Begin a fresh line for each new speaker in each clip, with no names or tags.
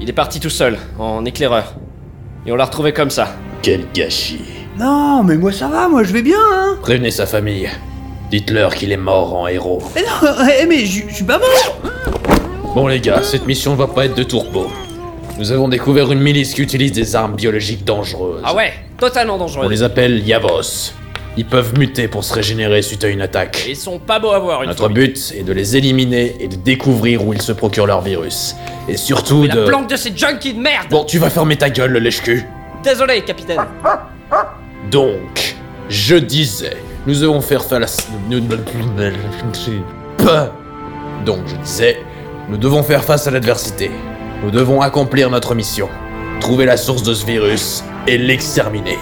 Il est parti tout seul, en éclaireur. Et on l'a retrouvé comme ça.
Quel gâchis.
Non, mais moi ça va, moi je vais bien, hein
Prévenez sa famille. Dites-leur qu'il est mort en héros.
Mais non, eh, mais je je suis pas mort
Bon les gars, cette mission va pas être de tourpeau. Nous avons découvert une milice qui utilise des armes biologiques dangereuses.
Ah ouais, totalement
On
dangereux.
les appelle Yavos. Ils peuvent muter pour se régénérer suite à une attaque.
Et ils sont pas beaux à voir une
Notre
fois.
but est de les éliminer et de découvrir où ils se procurent leur virus. Et surtout
La
de...
planque de ces junkies de merde
Bon, tu vas fermer ta gueule, le lèche-cul.
Désolé, capitaine.
Donc, je disais, nous allons faire face... Pas. Bah. Donc, je disais, nous devons faire face à l'adversité. Nous devons accomplir notre mission. Trouver la source de ce virus et l'exterminer.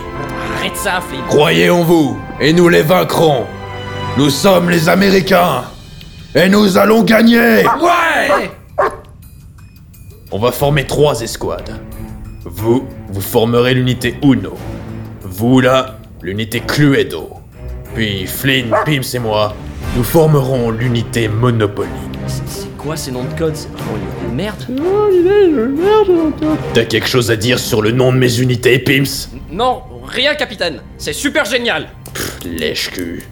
Arrête ça, Flip.
Croyez en vous, et nous les vaincrons. Nous sommes les Américains, et nous allons gagner.
Ouais
On va former trois escouades. Vous, vous formerez l'unité Uno. Vous là, l'unité Cluedo. Puis Flynn, Pimps et moi, nous formerons l'unité Monopoly.
Eh, C'est- C'est quoi ces Oh, noms de code C'est vraiment une merde
T'as quelque chose à dire sur le nom de mes unités, Pimps
Non, rien, capitaine. C'est super génial.
Lèche-cul.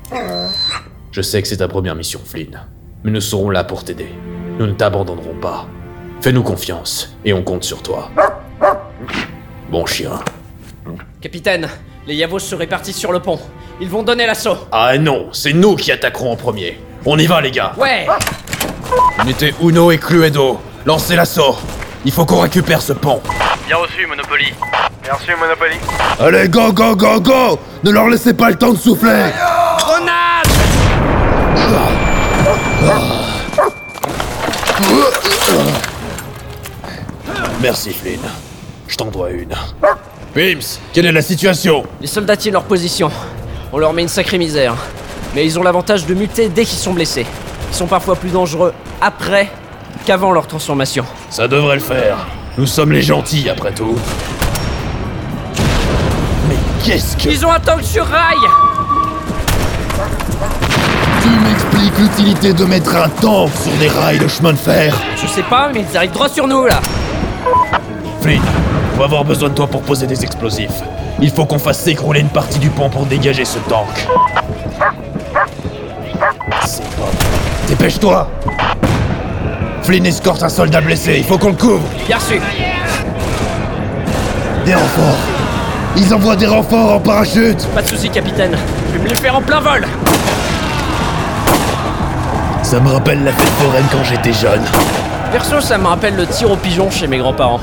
Je sais que c'est ta première mission, Flynn. Mais nous serons là pour t'aider. Nous ne t'abandonnerons pas. Fais-nous confiance, et on compte sur toi. Bon chien.
Capitaine, les Yavos se répartissent sur le pont. Ils vont donner l'assaut.
Ah non, c'est nous qui attaquerons en premier. On y va, les gars
Ouais
Unité Uno et Cluedo, lancez l'assaut Il faut qu'on récupère ce pont
Bien reçu, Monopoly. Bien reçu, Monopoly.
Allez, go, go, go, go Ne leur laissez pas le temps de souffler
Grenade
Merci, Flynn. Je t'en dois une. Pims, quelle est la situation
Les soldats tiennent leur position. On leur met une sacrée misère. Mais ils ont l'avantage de muter dès qu'ils sont blessés. Ils sont parfois plus dangereux après qu'avant leur transformation.
Ça devrait le faire. Nous sommes les gentils, après tout. Mais qu'est-ce que...
Ils ont un tank sur rail
Tu m'expliques l'utilité de mettre un tank sur des rails de chemin de fer
Je sais pas, mais ils arrivent droit sur nous là
Flynn, on va avoir besoin de toi pour poser des explosifs. Il faut qu'on fasse s'écrouler une partie du pont pour dégager ce tank. C'est pas vrai. Dépêche-toi Flynn escorte un soldat blessé, il faut qu'on le couvre
Bien sûr
Des renforts Ils envoient des renforts en parachute
Pas de soucis, capitaine. Je vais me les faire en plein vol
Ça me rappelle la fête foraine quand j'étais jeune.
Perso, ça me rappelle le tir au pigeon chez mes grands-parents.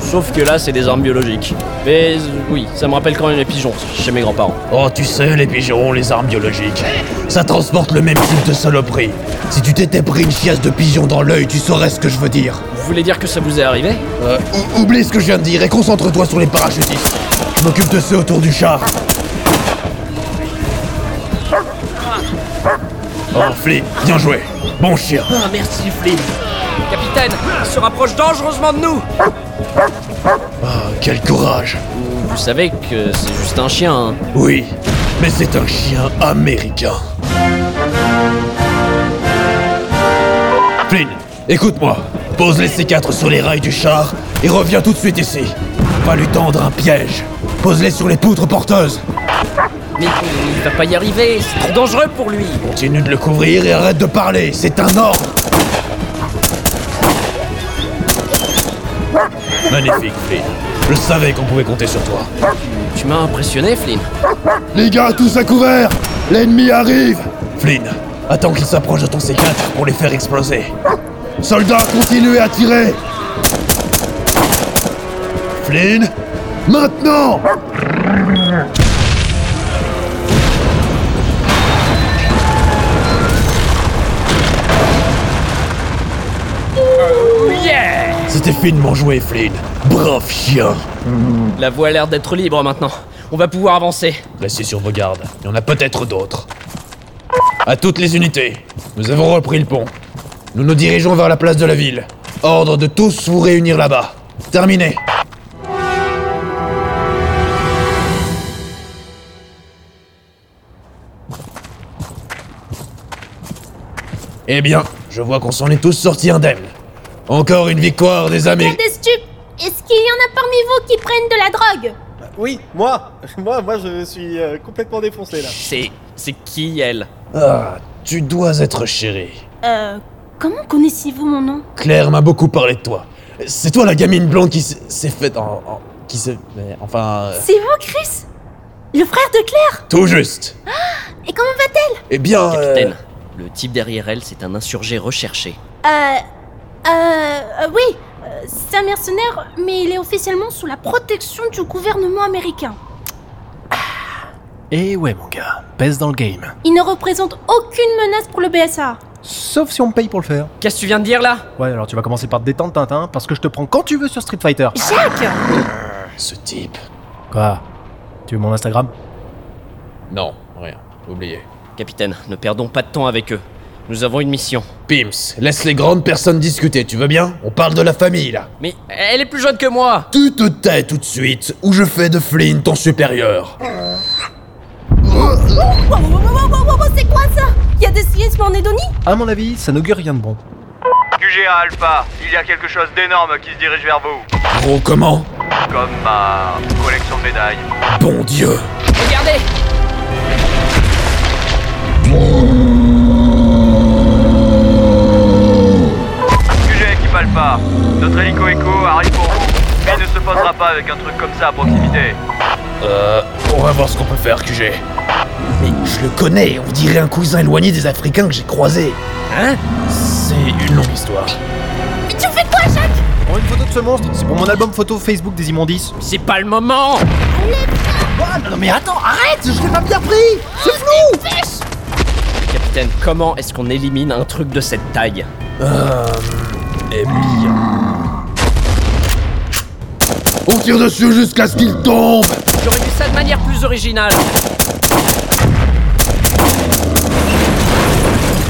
Sauf que là, c'est des armes biologiques. Mais euh, oui, ça me rappelle quand même les pigeons chez mes grands-parents.
Oh, tu sais, les pigeons, les armes biologiques. Ça transporte le même type de saloperie. Si tu t'étais pris une chiasse de pigeon dans l'œil, tu saurais ce que je veux dire.
Vous voulez dire que ça vous est arrivé
Euh, ou- oublie ce que je viens de dire et concentre-toi sur les parachutistes. Je m'occupe de ceux autour du char. Oh, Flip, bien joué. Bon chien.
Ah, merci, Flynn Capitaine, ils se rapprochent dangereusement de nous
Ah, quel courage.
Vous savez que c'est juste un chien, hein.
Oui, mais c'est un chien américain. Flynn, écoute-moi. Pose les C4 sur les rails du char et reviens tout de suite ici. On Va lui tendre un piège. Pose-les sur les poutres porteuses.
Mais il va pas y arriver, c'est trop dangereux pour lui
Continue de le couvrir et arrête de parler, c'est un ordre Magnifique, Flynn. Je savais qu'on pouvait compter sur toi.
Tu m'as impressionné, Flynn.
Les gars, tous à couvert L'ennemi arrive Flynn, attends qu'il s'approche de ton C4 pour les faire exploser. Soldats, continuez à tirer Flynn Maintenant C'était finement joué, Flynn. Brave chien
La voie a l'air d'être libre maintenant. On va pouvoir avancer.
Restez sur vos gardes, il y en a peut-être d'autres. À toutes les unités, nous avons repris le pont. Nous nous dirigeons vers la place de la ville. Ordre de tous vous réunir là-bas. Terminé. Eh bien, je vois qu'on s'en est tous sortis indemnes. Encore une victoire des amis.
Des stupes vous qui prennent de la drogue
Oui, moi Moi, moi je suis euh, complètement défoncé là.
C'est. C'est qui elle
Ah, tu dois être chérie.
Euh, comment connaissez-vous mon nom
Claire m'a beaucoup parlé de toi. C'est toi la gamine blonde qui s- s'est faite en, en- qui s'est... mais Enfin... euh,
C'est vous, Chris Le frère de Claire
tout juste
Et comment va-t-elle
Eh bien... euh,
Capitaine, le type derrière elle, c'est un insurgé recherché.
Euh... Euh... euh, oui euh, C'est un mercenaire, mais il est officiellement sous la protection du gouvernement américain.
Eh ouais, mon gars, pèse dans le game.
Il ne représente aucune menace pour le BSA.
Sauf si on me paye pour le faire.
Qu'est-ce que tu viens de dire là
Ouais, alors tu vas commencer par te détendre, Tintin, parce que je te prends quand tu veux sur Street Fighter.
Jacques
Ce type...
Quoi Tu veux mon Instagram
Non, rien. Oublié.
Capitaine, ne perdons pas de temps avec eux. Nous avons une mission.
Pims, laisse les grandes personnes discuter, tu veux bien On parle de la famille, là.
Mais elle est plus jeune que moi
Tu te tais tout de suite, ou je fais de Flynn ton supérieur.
Wow, wow, wow, wow, wow, wow, wow, c'est quoi ça Il y a des silences en Edonie
À mon avis, ça n'augure rien de bon.
QGA Alpha, il y a quelque chose d'énorme qui se dirige vers vous.
Gros comment
Comme ma collection de médailles.
Bon Dieu
Regardez
QG équipe Alpha, notre hélico Echo arrive pour vous. Il ne se posera pas avec un truc comme ça à proximité.
Euh, on va voir ce qu'on peut faire, QG. Mais je le connais, on dirait un cousin éloigné des Africains que j'ai croisé.
Hein
C'est une longue histoire.
Mais tu fais quoi, Jacques
Prends une photo de ce monstre, c'est pour mon album photo Facebook des immondices.
C'est pas le moment
Bah, non mais attends, arrête, je l'ai pas bien pris C'est flou
Capitaine, comment est-ce qu'on élimine un truc de cette taille
Euh... Eh bien... On tire dessus jusqu'à ce qu'il tombe
J'aurais dit ça de manière plus originale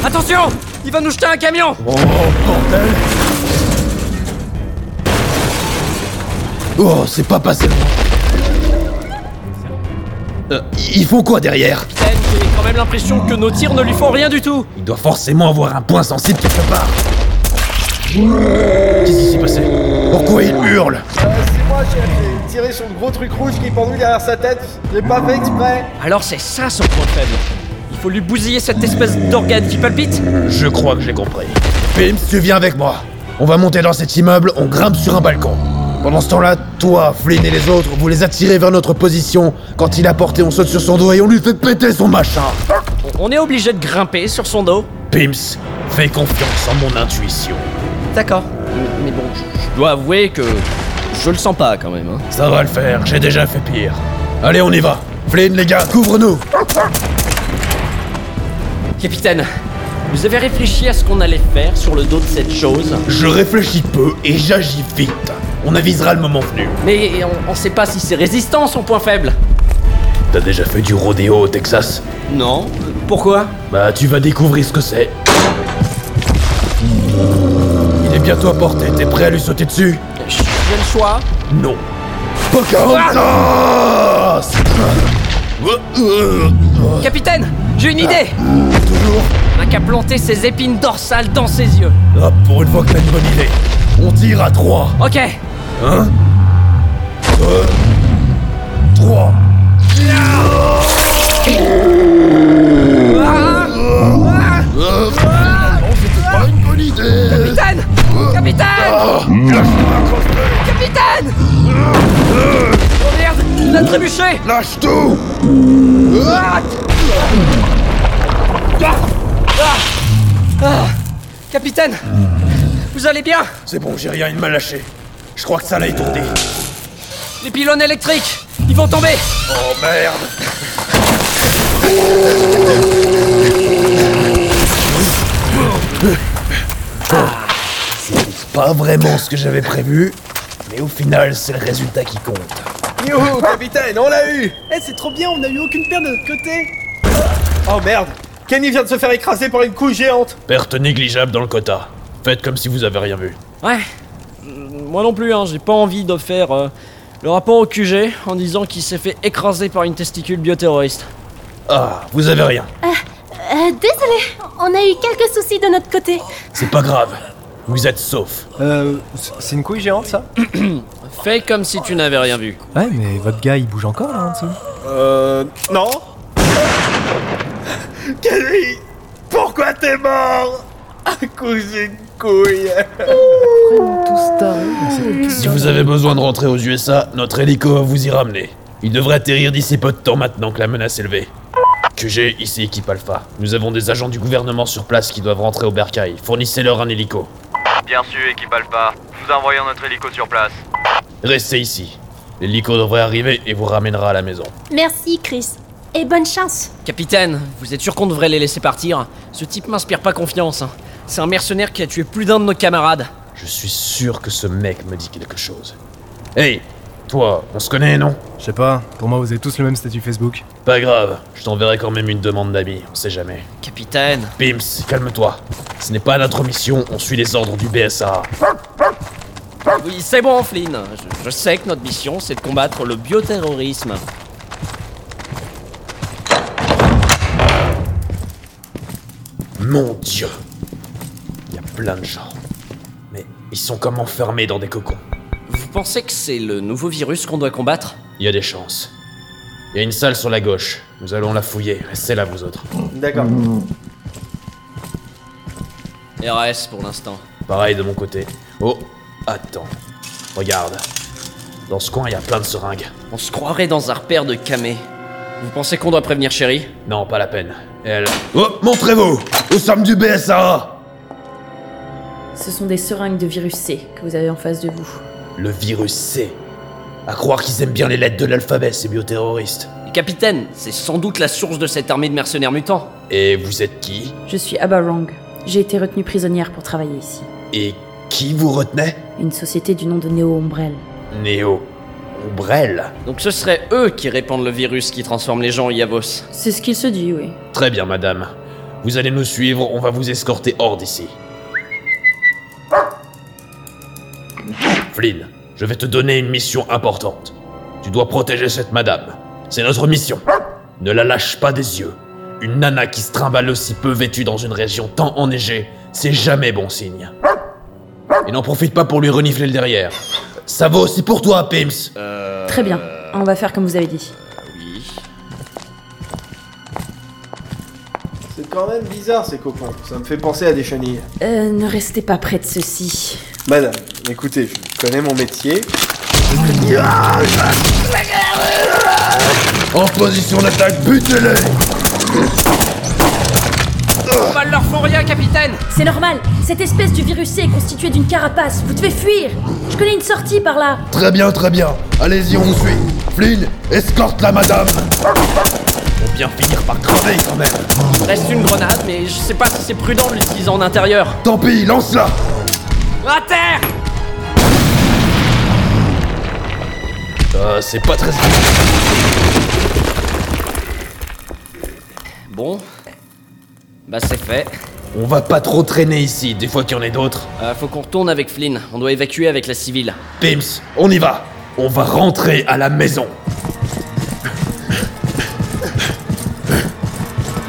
Attention Il va nous jeter un camion
Oh, bordel Oh, c'est pas passé loin. Euh, il faut quoi derrière
Capitaine, j'ai quand même l'impression que nos tirs ne lui font rien du tout
Il doit forcément avoir un point sensible quelque part. Qu'est-ce qui s'est passé Pourquoi il hurle
c'est moi, j'ai tiré sur le gros truc rouge qui est pendu derrière sa tête. J'ai pas fait exprès.
Alors c'est ça son point faible Il faut lui bousiller cette espèce d'organe qui palpite
Je crois que j'ai compris. Pims, tu viens avec moi. On va monter dans cet immeuble, on grimpe sur un balcon. Pendant ce temps-là, toi, Flynn et les autres, vous les attirez vers notre position. Quand il a porté, on saute sur son dos et on lui fait péter son machin.
On est obligé de grimper sur son dos
Pims, fais confiance en mon intuition.
D'accord. Mais bon, je- je dois avouer que je le sens pas quand même. hein.
Ça va le faire, j'ai déjà fait pire. Allez, on y va. Flynn, les gars, couvre-nous.
Capitaine, vous avez réfléchi à ce qu'on allait faire sur le dos de cette chose,
Je réfléchis peu et j'agis vite. On avisera le moment venu.
mais on, on sait pas si c'est résistant son point faible.
T'as déjà fait du rodéo au Texas
Non. Pourquoi
Bah, tu vas découvrir ce que c'est. Il est bientôt à portée, t'es prêt à lui sauter dessus
J'ai le choix.
Non. Pocahontas
Capitaine, j'ai une idée
Ah, Toujours
On n'a qu'à planter ses épines dorsales dans ses yeux.
Ah, pour une fois que t'as une bonne idée. On tire à 3.
Ok.
1, 2, 3.
Ah,
C'était pas une bonne idée
capitaine Capitaine Capitaine Oh merde, il a trébuché
Lâche tout
Capitaine Vous allez bien
C'est bon, j'ai rien, il m'a lâché. Je crois que ça l'a étourdi.
Les pylônes électriques Ils vont tomber
Oh merde C'est pas vraiment ce que j'avais prévu, mais au final, c'est le résultat qui compte.
Youhou, capitaine, on l'a eu Eh, c'est trop bien, on a eu aucune perte de notre côté Oh merde Kenny vient de se faire écraser par une couille géante
Perte négligeable dans le quota. Faites comme si vous avez rien vu.
Ouais. Euh, Moi non plus, hein, j'ai pas envie de faire euh, le rapport au QG en disant qu'il s'est fait écraser par une testicule bioterroriste.
Ah, vous avez rien.
Euh, désolé, on a eu quelques soucis de notre côté.
C'est pas grave. Vous êtes sauf.
Euh, c'est une couille géante ça
Fais comme si tu n'avais rien vu.
Ouais, mais votre gars, il bouge encore là en dessous.
Euh. Non Kelly Pourquoi t'es mort À cause d'une couille
Si vous avez besoin de rentrer aux USA, notre hélico va vous y ramener. Il devrait atterrir d'ici peu de temps maintenant que la menace est levée. QG, ici équipe Alpha. Nous avons des agents du gouvernement sur place qui doivent rentrer au bercail. Fournissez-leur un hélico.
Bien sûr, équipe Alpha. Nous envoyons notre hélico sur place.
Restez ici. L'hélico devrait arriver et vous ramènera à la maison.
Merci, Chris. Et bonne chance.
Capitaine, vous êtes sûr qu'on devrait les laisser partir Ce type m'inspire pas confiance. hein. C'est un mercenaire qui a tué plus d'un de nos camarades.
Je suis sûr que ce mec me dit quelque chose. Hey, toi, on se connaît, non
Je sais pas, pour moi, vous avez tous le même statut Facebook.
Pas grave, je t'enverrai quand même une demande d'amis, on sait jamais.
Capitaine,
Pims, calme-toi. Ce n'est pas notre mission, on suit les ordres du BSA.
oui, c'est bon, Flynn. Je, je sais que notre mission, c'est de combattre le bioterrorisme.
Mon dieu Il y a plein de gens. Mais ils sont comme enfermés dans des cocons.
Vous pensez que c'est le nouveau virus qu'on doit combattre
Il y a des chances. Il y a une salle sur la gauche. Nous allons la fouiller. Restez là, vous autres.
D'accord.
RS pour l'instant.
Pareil de mon côté. Oh, attends. Regarde. Dans ce coin, il y a plein de seringues.
On se croirait dans un repère de camé. Vous pensez qu'on doit prévenir Chéri
Non, pas la peine. Elle. Oh, montrez-vous Nous sommes du BSA
Ce sont des seringues de virus C que vous avez en face de vous.
Le virus C. À croire qu'ils aiment bien les lettres de l'alphabet, ces bioterroristes.
Le Capitaine, c'est sans doute la source de cette armée de mercenaires mutants.
Et vous êtes qui
Je suis Abarong. J'ai été retenue prisonnière pour travailler ici.
Et qui vous retenait
Une société du nom de Neo Umbrel.
Néo. Ombrelle.
Donc ce serait eux qui répandent le virus qui transforme les gens en Yavos.
C'est ce qu'il se dit, oui.
Très bien, madame. Vous allez nous suivre, on va vous escorter hors d'ici. Flynn, je vais te donner une mission importante. Tu dois protéger cette madame. C'est notre mission. Ne la lâche pas des yeux. Une nana qui se trimballe aussi peu vêtue dans une région tant enneigée, c'est jamais bon signe. Et n'en profite pas pour lui renifler le derrière. Ça vaut aussi pour toi, Pims.
Euh,
Très bien, on va faire comme vous avez dit.
Oui.
C'est quand même bizarre ces cocons. Ça me fait penser à des chenilles.
Euh, ne restez pas près de ceci.
Madame, écoutez, je connais mon métier.
En position d'attaque, butez-les
Ils leur font rien, capitaine
C'est normal, cette espèce du virus C est constituée d'une carapace. Vous devez fuir. Je connais une sortie par là.
Très bien, très bien. Allez-y, on vous suit. Flynn, escorte la madame. Faut bien finir par crever quand même.
Reste une grenade, mais je sais pas si c'est prudent de l'utiliser en intérieur.
Tant pis, lance-la.
À terre
Euh, c'est pas très.
Bon. Bah c'est fait.
On va pas trop traîner ici, des fois qu'il y en ait d'autres.
Euh, faut qu'on retourne avec Flynn. On doit évacuer avec la civile.
Pims, on y va. On va rentrer à la maison.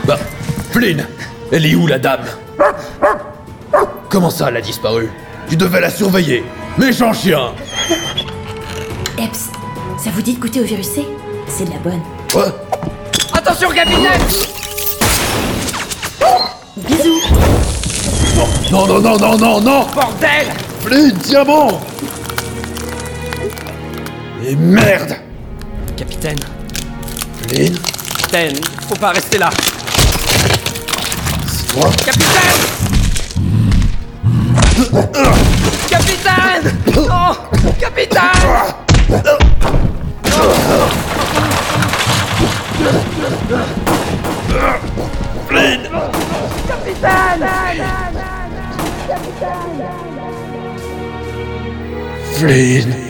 Bah, Flynn, elle est où la dame Comment ça, elle a disparu Tu devais la surveiller. Méchant chien
Eps, ça vous dit de goûter au virus C C'est de la bonne.
Ouais.
Attention, capitaine
Non, non, non, non, non, non
Bordel
Flynn, tiens bon Et merde
Capitaine,
Flynn,
capitaine, faut pas rester là.
c'est toi
Capitaine Capitaine Oh Capitaine
Flynn